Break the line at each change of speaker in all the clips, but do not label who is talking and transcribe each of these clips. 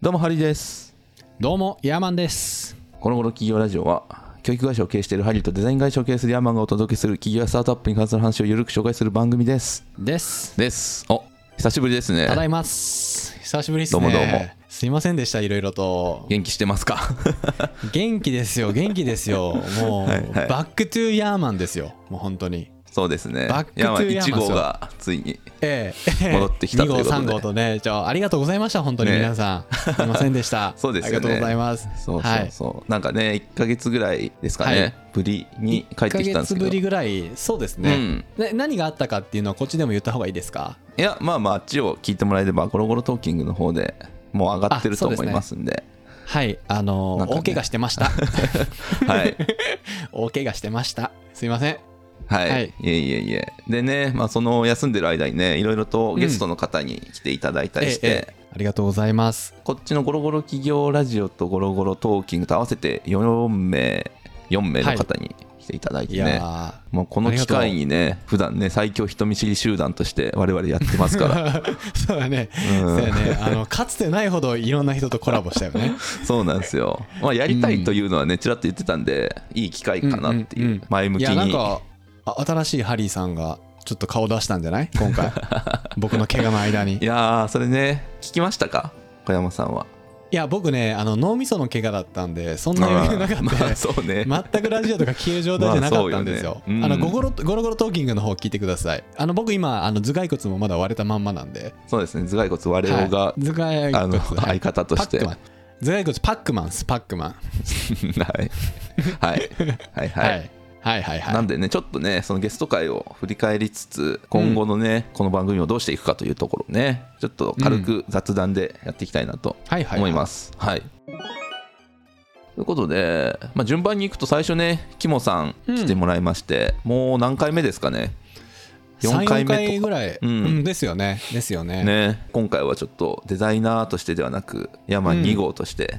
どうもハリーです
どうもヤーマンです
この頃企業ラジオは教育会社を経営しているハリーとデザイン会社を経営するヤーマンがお届けする企業やスタートアップに関する話をゆるく紹介する番組です
です
ですお久しぶりですね
ただいます久しぶりですね
どうもどうも
すいませんでしたいろいろと
元気してますか
元気ですよ元気ですよも う
はいはい
バックトゥヤーマンですよもう本当に
そうですね
バックトゥ
ヤーマン
ヤーマン
1号がついに
ええ
戻ってきたということで
2号3号とねちょありがとうございました本当に
ね
皆さん、すいませんでした
そうですよね
ありがとうございます
そう
は
そう
い
そう、なんかね1か月ぐらいですかね、
はい
ぶりに帰ってきたんです
1ヶ月
けど
ぶり
い
ぐらいそうですね、
うん
で何があったかっていうのはこっちでも言った方がいいですか
やまあまああっちを聞いてもらえればゴロゴロトーキングの方でもう上がってると思いますんで
はいあのー
なんかね
大怪我してました
はい
大怪我してましたすいません
はい、
はいい、
えいえいえでね、まあ、その休んでる間にねいろいろとゲストの方に来ていただいたりして、
ええええありがとうございます
こっちのゴロゴロ企業ラジオとゴロゴロトーキングと合わせて4名4名の方に来ていただい
い
て
や
ね、
ー
もうこの機会にね普段ね最強人見知り集団として我々やってますから
そうだね、
うん
そうだねあのかつてないほどいろんな人とコラボしたよね
そうなんですよ、まあ、やりたいというのはねちらっと言ってたんでいい機会 かなっていう前向き
いやなん
に
かあ新しいハリーさんがちょっと顔出したんじゃない今 回僕の怪我の間に
い
い
やーそれね聞きましたか小山さんは
や僕ねあの脳みその怪我だったんでそんな余裕 なかったんで、
まあそうね、
全くラジオとか消える状態じゃなかったんです
ま
よ。
あそうよねうん
あのゴゴロゴロゴロトーキングの方聞いてください。あの僕今あの頭蓋骨もまだ割れたまんまなんで。
そうですね頭蓋骨割れようが、
はい頭蓋
あ
骨
の
は
相
い
方として
パックマン頭蓋骨パックマンですパックマン。
はい、はい、はい、
は
はい。
いはいはいはい。
なんでね、ちょっとね、そのゲスト会を振り返りつつ、今後のね、この番組をどうしていくかというところをね、ちょっと軽く雑談でやっていきたいなと
はいはいはい
思います。はい。ということで、まあ、順番にいくと最初ね、キモさん来てもらいまして、もう何回目ですかね。
3
4
4
回目
回
とか。
ぐらい、
う
うんんですよねですよね
ね、今回はちょっとデザイナーとしてではなく、ヤマン2号として、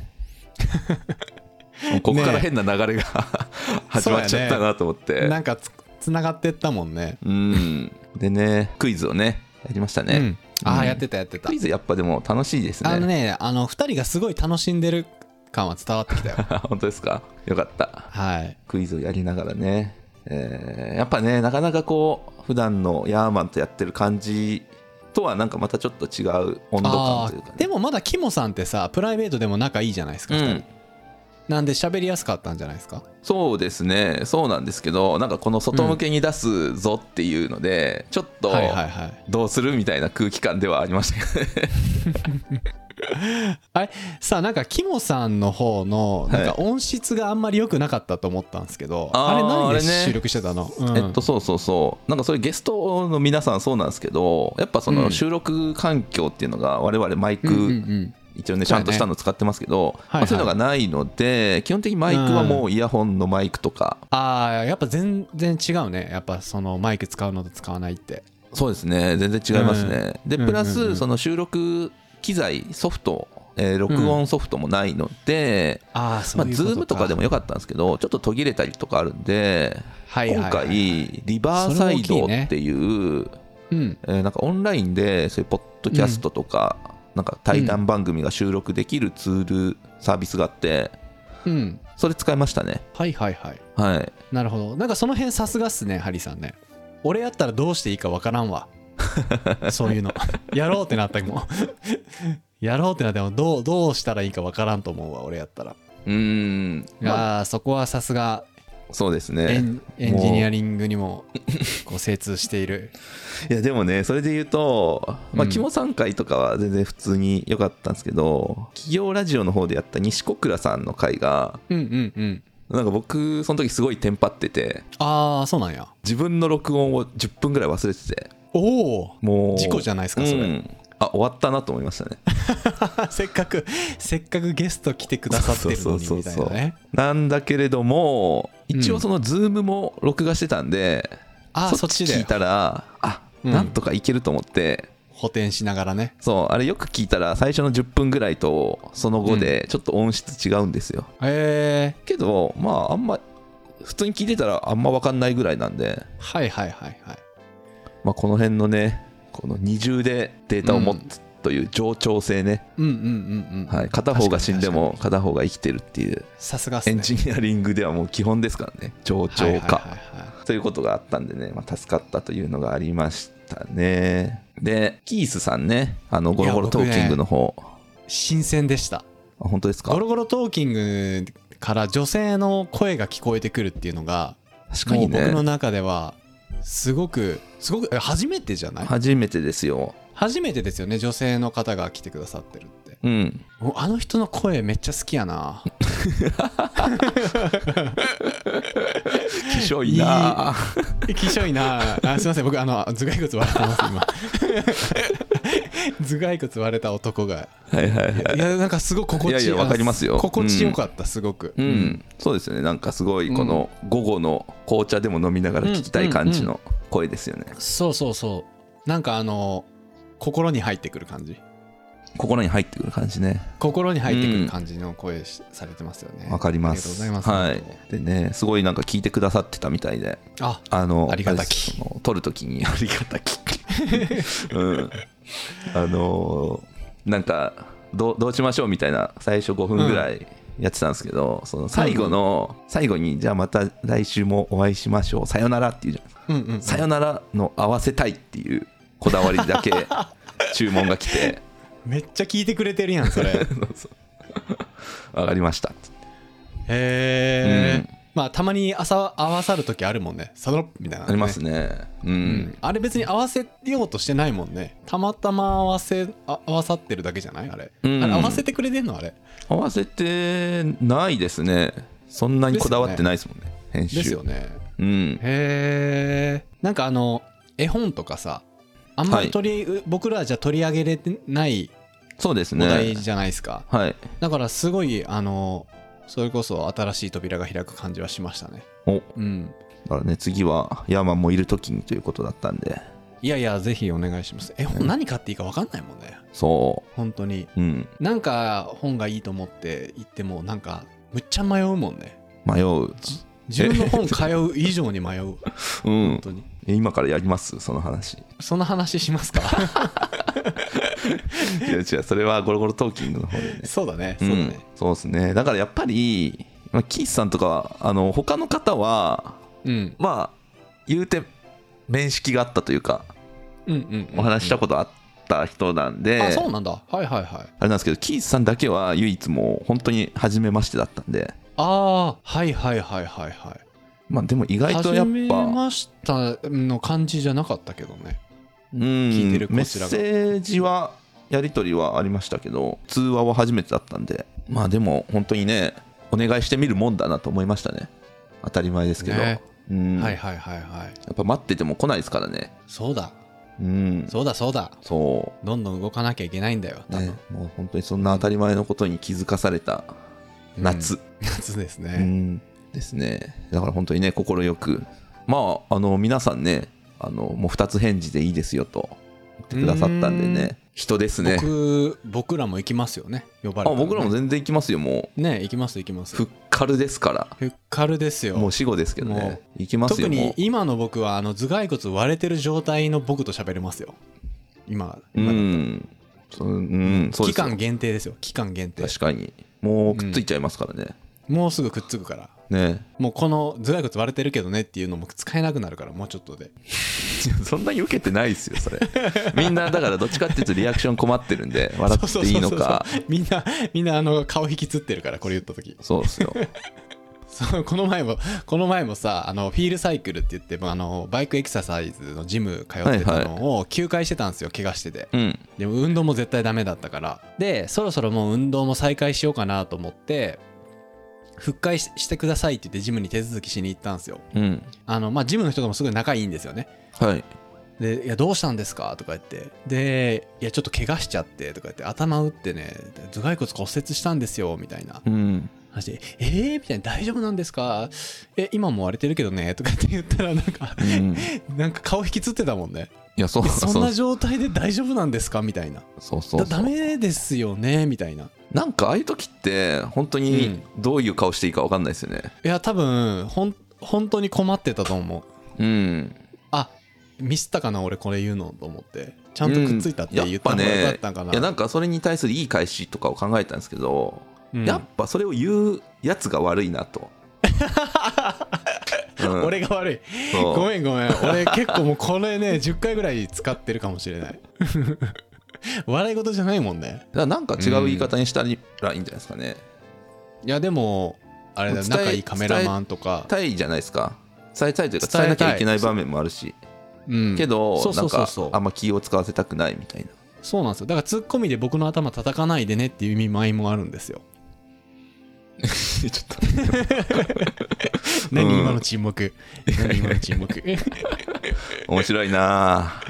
もうここから変な流 れが始まっちゃったなと思って。
なんかつつながってったもんね
うん。でね、クイズをね、やりました
う
ね
ん。あ
う
あ
ん
やってたやってた、
クイズやっぱでも楽しいです
あの
ね。
ねあの2人がすごい楽しんでる感は伝わって きたよ
本当ですかよかった。
はい
クイズをやりながらね。えーやっぱね、なかなかこう、普段のヤーマンとやってる感じとはなんかまたちょっと違う温度感
あ
というか、ね
ー。でもまだキモさんってさプライベートでも仲いいじゃないですか、
う
二
ん
人。なんで喋りやすかったんじゃないですか
そうですね、そうなんですけど、なんかこの外向けに出すぞっていうので、ちょっと
はいはいはい
どうするみたいな空気感ではありましたけどね。
あれさあなんかキモさんの方のなんか音質があんまり良くなかったと思ったんですけど、
あー
あれ
あ
何
れ
で
ね
収録してたの、うん
えっとそうそうそうなんかそれゲストの皆さんそうなんですけどやっぱその
うん
収録環境っていうのが我々マイク、
うんうんうん
一応ねち
そう
ゃん
だ
と
ね
したの使ってますけど、
はい
ま
は
あ、
い
そういうのがないので基本的にマイクはもうイヤホンのマイクとか、
ああやっぱ全然違うねやっぱそのマイク使うのと使わないって
そうですね全然違いますね、で
うん
プラ
うんうんう
ス
ん
その収録機材ソフト、えー録音ソフトもないので、
ああ
ま
そ
あ、
ういう
ズ
ことか、
ームとかでもよかったんですけどちょっと途切れたりとかあるんで、
はいはい、はい、
今回リバーサイドっていう
うん
えーなんかオンラインでそういうポッドキャストとか、なんか対談番組が収録できるツール、サービスがあって
うん
それ使いましたね
はいはいはい
はい
なるほどなんかその辺さすがっすねハリーさんね俺やったらどうしていいかわから んわそういうのやろうってなったけどやろうって なってもどうどうしたらいいかわからんと思うわ俺やったら、
うーん、まあ、
あー、そこはさすが
そうです
エ
ね
ンエンジニアリングにもこう精通している
いやでもねそれで言うとまあ
うん
肝3回とかは全然普通に良かったんですけど企業ラジオの方でやった西小倉さんの回が
うんうんうん
なんか僕その時すごいテンパってて
ああそうなんや
自分の録音を10分ぐらい忘れてて
おお
もう
事故じゃないですかそれ
うんあ終わったなと思いましたね
せっかくせっかくゲスト来てくださってるのにみたいなね
なんだけれども一応
うん
そのズームも録画してたんで、
ああそっち
聞い
で
たらあ、
うん
なんとかいけると思って
補填しながらね
そうあれよく聞いたら最初の10分ぐらいとその後でちょっと音質違うんですよ、
へえ
けどまああんま普通に聞いてたらあんま分かんないぐらいなんで、
はいはいはいはい
まあ、この辺のねこの二重でデータを持ってという冗長性ね、
うんうんうんうん、
はい、片方が死んでも片方が生きてるっていう
さすがっす
エ
ね
ンジニアリングではもう基本ですからね冗
はい
長
はい
化
はいはい
ということがあったんでね、まあ、助かったというのがありましたねでキースさんねあのゴロゴロトーキングの方、
新鮮でした
あ本当ですか
ゴロゴロトーキングから女性の声が聞こえてくるっていうのが
確か
もう
に
僕
ね
の中ではすごくすごくえ初めてじゃない
初めてですよ
初めてですよね女性の方が来てくださってるって
うん
もうあの人の声めっちゃ好きやな
気性いいな
きしょいなあすいません僕あの頭蓋骨割れてます今頭蓋骨割れた男が
はいはいはい
いやなんかすごく心地
いやいやわかりますよ
心地よかったすごく
うん、そうですよねなんかすごいこの午後の紅茶でも飲みながら聞きたい感じの声ですよね、
そうそうそうなんかあの心に入ってくる感じ
心に入ってくる感じね
心に入ってくる感じの声しされてますよね
わかります
ありがとうございます
はいでねすごいなんか聞いてくださってたみたいで
あ
あの
ありがたき
あれですその撮るときに ありがたきうんあのーなんかどうどうしましょうみたいな最初5分ぐらいやってたんですけど、その最後の、最後にじゃあまた来週もお会いしましょうさよならっていうじゃん
うんうん
さよならの合わせたいっていうこだわりだけ 注文が来て
めっちゃ聞いてくれてるやん それへ
上がりましたって
え、
う
まあたまに朝合わさる時あるもんねサドロップみたいな、
ありますねうん、
うんあれ別に合わせようとしてないもんねたまたま合わせあ合わさってるだけじゃないあれ,、
うん
あれ合わせてくれてんのあれ
合わせてないですねそんなにこだわってないですもんね編集
ですよね
うん
へえんかあの絵本とかさあんまり取り、僕らじゃ取り上げれてない
そうです
お題
ね
じゃないですか、
はい
だからすごいあのそれこそ新しい扉が開く感じはしましたね
おだ
うん
からね次はヤーマンもいる時にということだったんで
いやいやぜひお願いします絵本何買っていいか分かんないもんね
そ
本当に
ううん
なんか本がいいと思って行ってもなんかむっちゃ迷うもんね
迷う
自分の本通う以上 に迷う本
うん
当に
え今からやりますその 話い
その話します か
や違うそれはゴロゴロトーキングの方でね
そうだねそうだね、
ん、そうですねだからやっぱり、まあ、キースさんとかあの他の方は
うん、
まあ言うて面識があったというか
うんうんうん
お話ししたことあった人なんで、
あそうなんだはいはいはい
あれなんですけどキースさんだけは唯一もう本当に初めましてだったんで
ああはいはいはいはいはい
まあでも意外とやっ
始め
ぱ
ましたの感じじゃなかったけどね
うん
聞いてる
メ
こ
ッ
ちらが
セージはやり取りはありましたけど通話は初めてだったんでまあでも本当にねお願いしてみるもんだなと思いましたね当たり前ですけど、
ね
うん
はいはいはいはい
やっぱ待ってても来ないですからね
そうだ
うん
そうだそうだ
そ
どんどん動かなきゃいけないんだよ
う、
多 分
ね、もう本当にそんな当たり前のことに気づかされた夏、
夏です
う
ね
んですねだから本当にね快くまああの皆さんねあのもう2つ返事でいいですよと言ってくださったんで
う
ね人ですね
僕僕らも行きますよね呼ば
あ
れたね
僕らも全然行きますよも
ね行きます行きます
うふっかるですから
ふっかるですよ
もう死後ですけど
も
ね
う
行きます
特
よも
に
う
今の僕はあの頭蓋骨割れてる状態の僕と喋れますよ今
う
今
んそううんそうで
期
すよ
間限定ですよ期間限定
確かにもうくっついちゃいますからね、
もうすぐくっつくから
ね
もうこの頭蓋骨割れてるけどねっていうのも使えなくなるからもうちょっとで
そんなに受けてないですよ それみんなだからどっちかっていうとリアクション困ってるんで笑っていいのか
そうそうそうそうみんなみんなあの顔引きつってるからこれ言った時
そうですよ
そうこの前もこの前もさあのフィールサイクルって言ってまああのバイクエクササイズのジム通ってたのを休会してたんですよ怪我してて
うん
でも運動も絶対ダメだったからでそろそろもう運動も再開しようかなと思って復帰ししてくださいって言ってジムに手続きしに行ったんですよ
うん
あのまあジムの人ともすごい仲いいんですよね
はい
で「いやどうしたんですか?」とか言って「でいやちょっと怪我しちゃって」とか言って「頭打ってね頭蓋骨骨折したんですよ」みたいな
うん
話で「えー?」みたいな「大丈夫なんですかえ今も割れてるけどね」とかって言ったらなんか
うん
なんか顔引きつってたもんね
いやそう
え
そう
そん
そ
な
う
状態で大丈夫なんですかみたいな
そう
だダメですよねみたいな
なんかああいう時って本当にどういう顔していいか分かんないですよね
いや多分ほん本当に困ってたと思う
うん
あミスったかな俺これ言うのと思ってちゃんとくっついたって言った方がよか
や
っ
っぱ
たんか
ね
な。
いやなんかそれに対するいい返しとかを考えたんですけど、
うん
やっぱそれを言うやつが悪いな と、うん
俺が悪い。
そう
ごめんごめん。俺結構もうこれね、10回ぐらい使ってるかもしれない。 笑い事じゃないもんね。
だからなんか違う言い方にしたらいいんじゃないですかね、
いやでも、あれだ、
伝え
仲いいカメラマンとか。
たいじゃないですか伝えたいというか
伝
伝
え
え
た
ないきゃいけない場面もあるし、
うん
けど
そう
な
そ
ん
うそう
か
そう
あんま気を使わせたくないみたいな
そうなんですよだからツッコミで僕の頭叩かないでねっていう意味合いもあるんですよ
ちょっと
何
うん
今の沈黙何今の沈 黙い
面白い なあ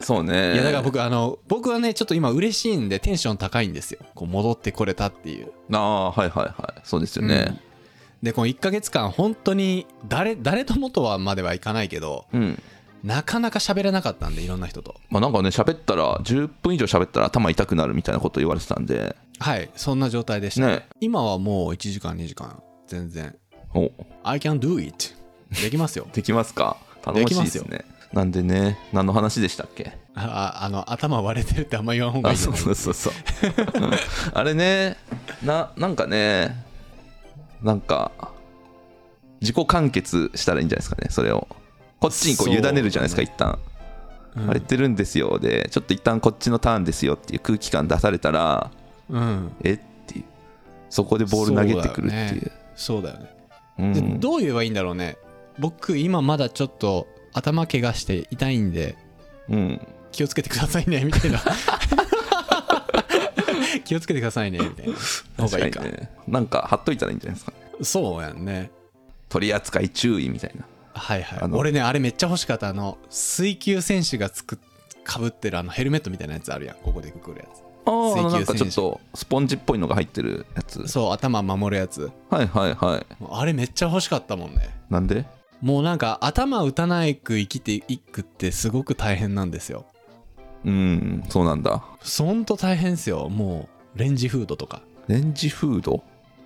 そうね
やだから僕あの僕はねちょっと今嬉しいんでテンション高いんですよこう戻ってこれたっていう
ああはいはいはいそうですよね
でこの1ヶ月間本当に誰誰ともとはまではいかないけど
うん、
なかなか喋れなかったんでいろんな人と
まあ、なんかね喋ったら10分以上喋ったら頭痛くなるみたいなこと言われてたんで
はいそんな状態でした、
ね
今はもう1時間2時間全然
お
I can do it できますよ
できますか楽
で
し
き
い
ま
ですす
よ
ねなんでね何の話でしたっけ
ああの頭割れてるってあんま言わん方がい
あ
い
そうそうそうそう あれねななんかねなんか自己完結したらいいんじゃないですかねそれをこっちにこう
そう
委
だね
ねるじゃないですか、一旦
うん
荒れてるんですよでちょっと一旦こっちのターンですよっていう空気感出されたら
うん
えっていうそこでボール投げてくるっていう
そうだよね、
うん
でどう言えばいいんだろうね僕今まだちょっと頭怪我して痛いんで
うん
気をつけてくださいね みたいな気をつけてくださいねみたいな方がいいか
確にねなんか貼っといたらいいんじゃないですか
そうやんね
取り扱い注意みたいな
はいはい
あの
俺ねあれめっちゃ欲しかったあの水球選手がつくかぶってるあのヘルメットみたいなやつあるやんここでくくるや
あーあの
水球
なんかちょっとスポンジっぽいのが入ってるやつ
つそう頭守るやつ
はいはいはい
あれめっちゃ欲しかったもんね
なんで
もうなんか頭打たないく生きていくってすごく大変なんですよ
うんそうなんだ
そんと大変ですよもうレンジフードとか
レンジフード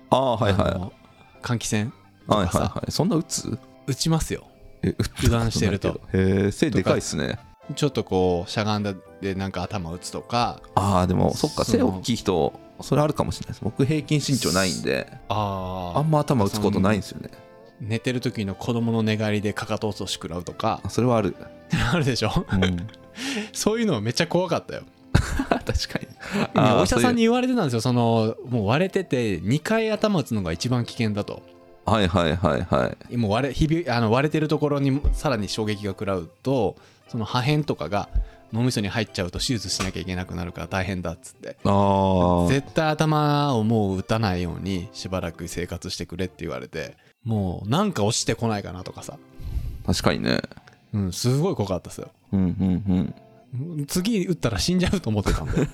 ああはいはい
あの換気扇と
はいはい
かさ、
はいそんな打つ
打ちますよ
え打ったこと
油断し てると
ないけどへえ背でかいっすね
ちょっとこうしゃがんだでなんか頭打つとか
ああでもそっか
その
背大きい人それあるかもしれないです僕平均身長ないんで
あ
あんま頭打つことないんですよね
寝てる時の子供の寝返りでかかと落とし食らうとか
あそれはある、
あるでしょそういうのめっちゃ怖かったよ、
確かに
ねお医者さんに
に
言われてたんですよそのもう割れてて2回頭打つのが一番危険だと
はいはいはいはい
もう割れひびあの割れてるところにさらに衝撃が食らうとその破片とかが脳みそに入っちゃうと手術しなきゃいけなくなるから大変だっつって
あー
絶対頭をもう打たないようにしばらく生活してくれって言われてもうなんか落ちてこないかなとかさ、
確かにね
うん、すごい怖かったですよ
うんうんうん
次打ったら死んじゃうと思ってたんで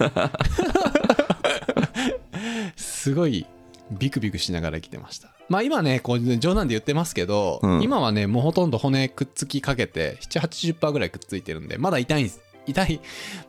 すごいビクビクしながら生きてましたまあ今ねこう冗談で言ってますけど、
うん
今はねもうほとんど骨くっつきかけて780%ぐらいくっついてるんでまだ痛いんです痛い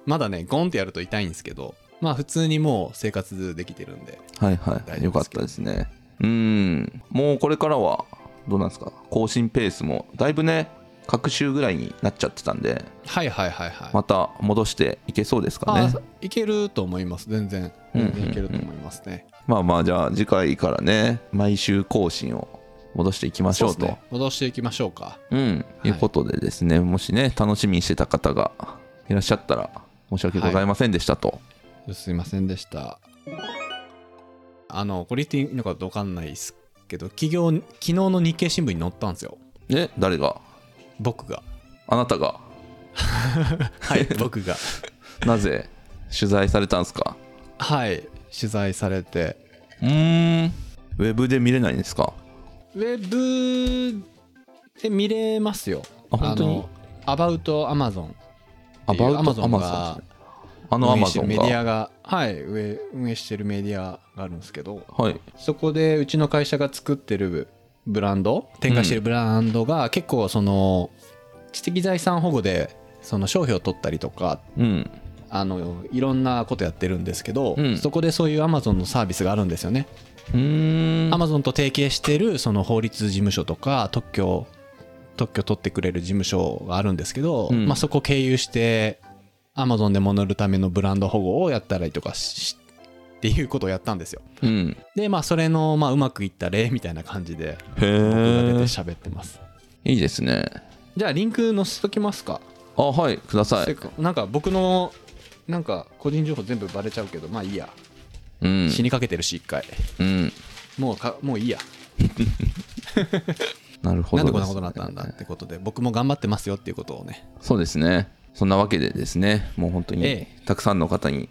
まだねゴンってやると痛いんですけどまあ普通にもう生活できてるんで
はいは
大
い
丈
よ
夫
か
で
っ
すけど
たですねうんもうこれからはどうなんですか更新ペースもだいぶね各週ぐらいになっちゃってたんで
はいはいはいはい、
また戻していけそうですかね
あいけると思います全然
うんうん
全然いけると思いますね、
まあまあじゃあ次回からね毎週更新を戻していきまし
そう
ょ
で
う
す
と
ね戻していきましょうか
うん
い
いうことでですねもしね楽しみにしてた方がいらっしゃったら申し訳ございませんでしたと、
すいませんでしたあのこれ言っていいのか分かんないですけど企業昨日の日経新聞に載ったんですよ
え誰が
僕が
あなたが
はい僕が
なぜ取材されたんですか
はい取材されて
うーんウェブで見れないんですか
ウェブで見れますよ
あ本当に
アバウトアマゾン
アバウト
アマゾンが
あのアマゾン
メディ
が
アがはい上運営してるメディアがあるんですけど
はい
そこでうちの会社が作ってるブランド展開してるブランドが結構その知的財産保護でその商標を取ったりとか
うん
あのいろんなことやってるんですけど、
うん
そこでそういうアマゾンのサービスがあるんですよね。
うーん
アマゾンと提携してるその法律事務所とか特許特許取ってくれる事務所があるんですけど、
うん
まあ、そこ経由してアマゾンでも乗るためのブランド保護をやったりとかしっていうことをやったんですよ
うん
でまあそれの、まあ、うまくいった例みたいな感じで
へ
僕が出て
え
喋ってます
いいですね
じゃあリンク載せときますか、
あはいくださ
せっ
い
かなんか僕のなんか個人情報全部バレちゃうけどまあいいや、
うん
死にかけてるし一回
うん
もうかもういいや
なるほ
な
ど
んですこんなことになったんだってことで僕も頑張ってますよっていうことをね
そうですねそんなわけでですねもう本当
え
にたくさんの方に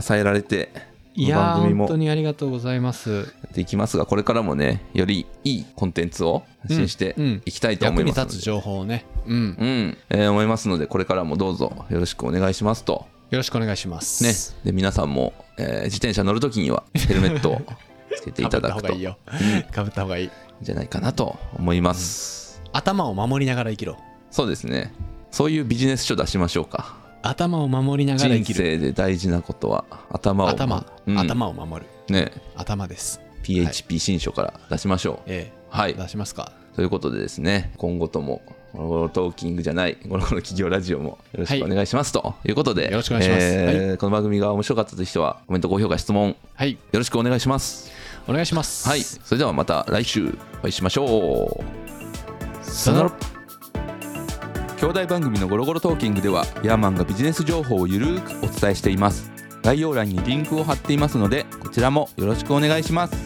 支えられて
い
この
や
番組
ー
も
本当にありがとうございます
やっていきますがこれからもねよりいいコンテンツを発信して
うんうん
いきたいと思
役
い
に
ますの
立
で、
つ情報をねうん
うんえー思いますのでこれからもどうぞよろしくお願いしますと
よろしくお願いします
ねで皆さんも、えー自転車乗るときにはヘルメットをつけていた
かぶっ
だ
た方
く
が
と
いいよか ぶった方がいい
じゃないかなと思います、
頭を守りながら生きろ
そうですねそういうビジネス書出しましょうか
頭を守りながら生
人
き
生
る
で大事なことは頭を
頭、
うん
頭を守る
ね
頭です、
PHP 新書から出しましょう、
え
はい
え、出しますか
ということでですね今後ともゴロゴロトーキングじゃないゴロゴロ企業ラジオもよろしくお願いします、ということで
よろしくお願いします
えーこの番組が面白かったという人はコメント高評価質問よ
はい
ろしくお願いします
お願いします
はいそれではまた来週お会いしましょう
さよなら
兄弟番組の「ゴロゴロトーキング」ではヤーマンがビジネス情報をゆるーくお伝えしています概要欄にリンクを貼っていますのでこちらもよろしくお願いします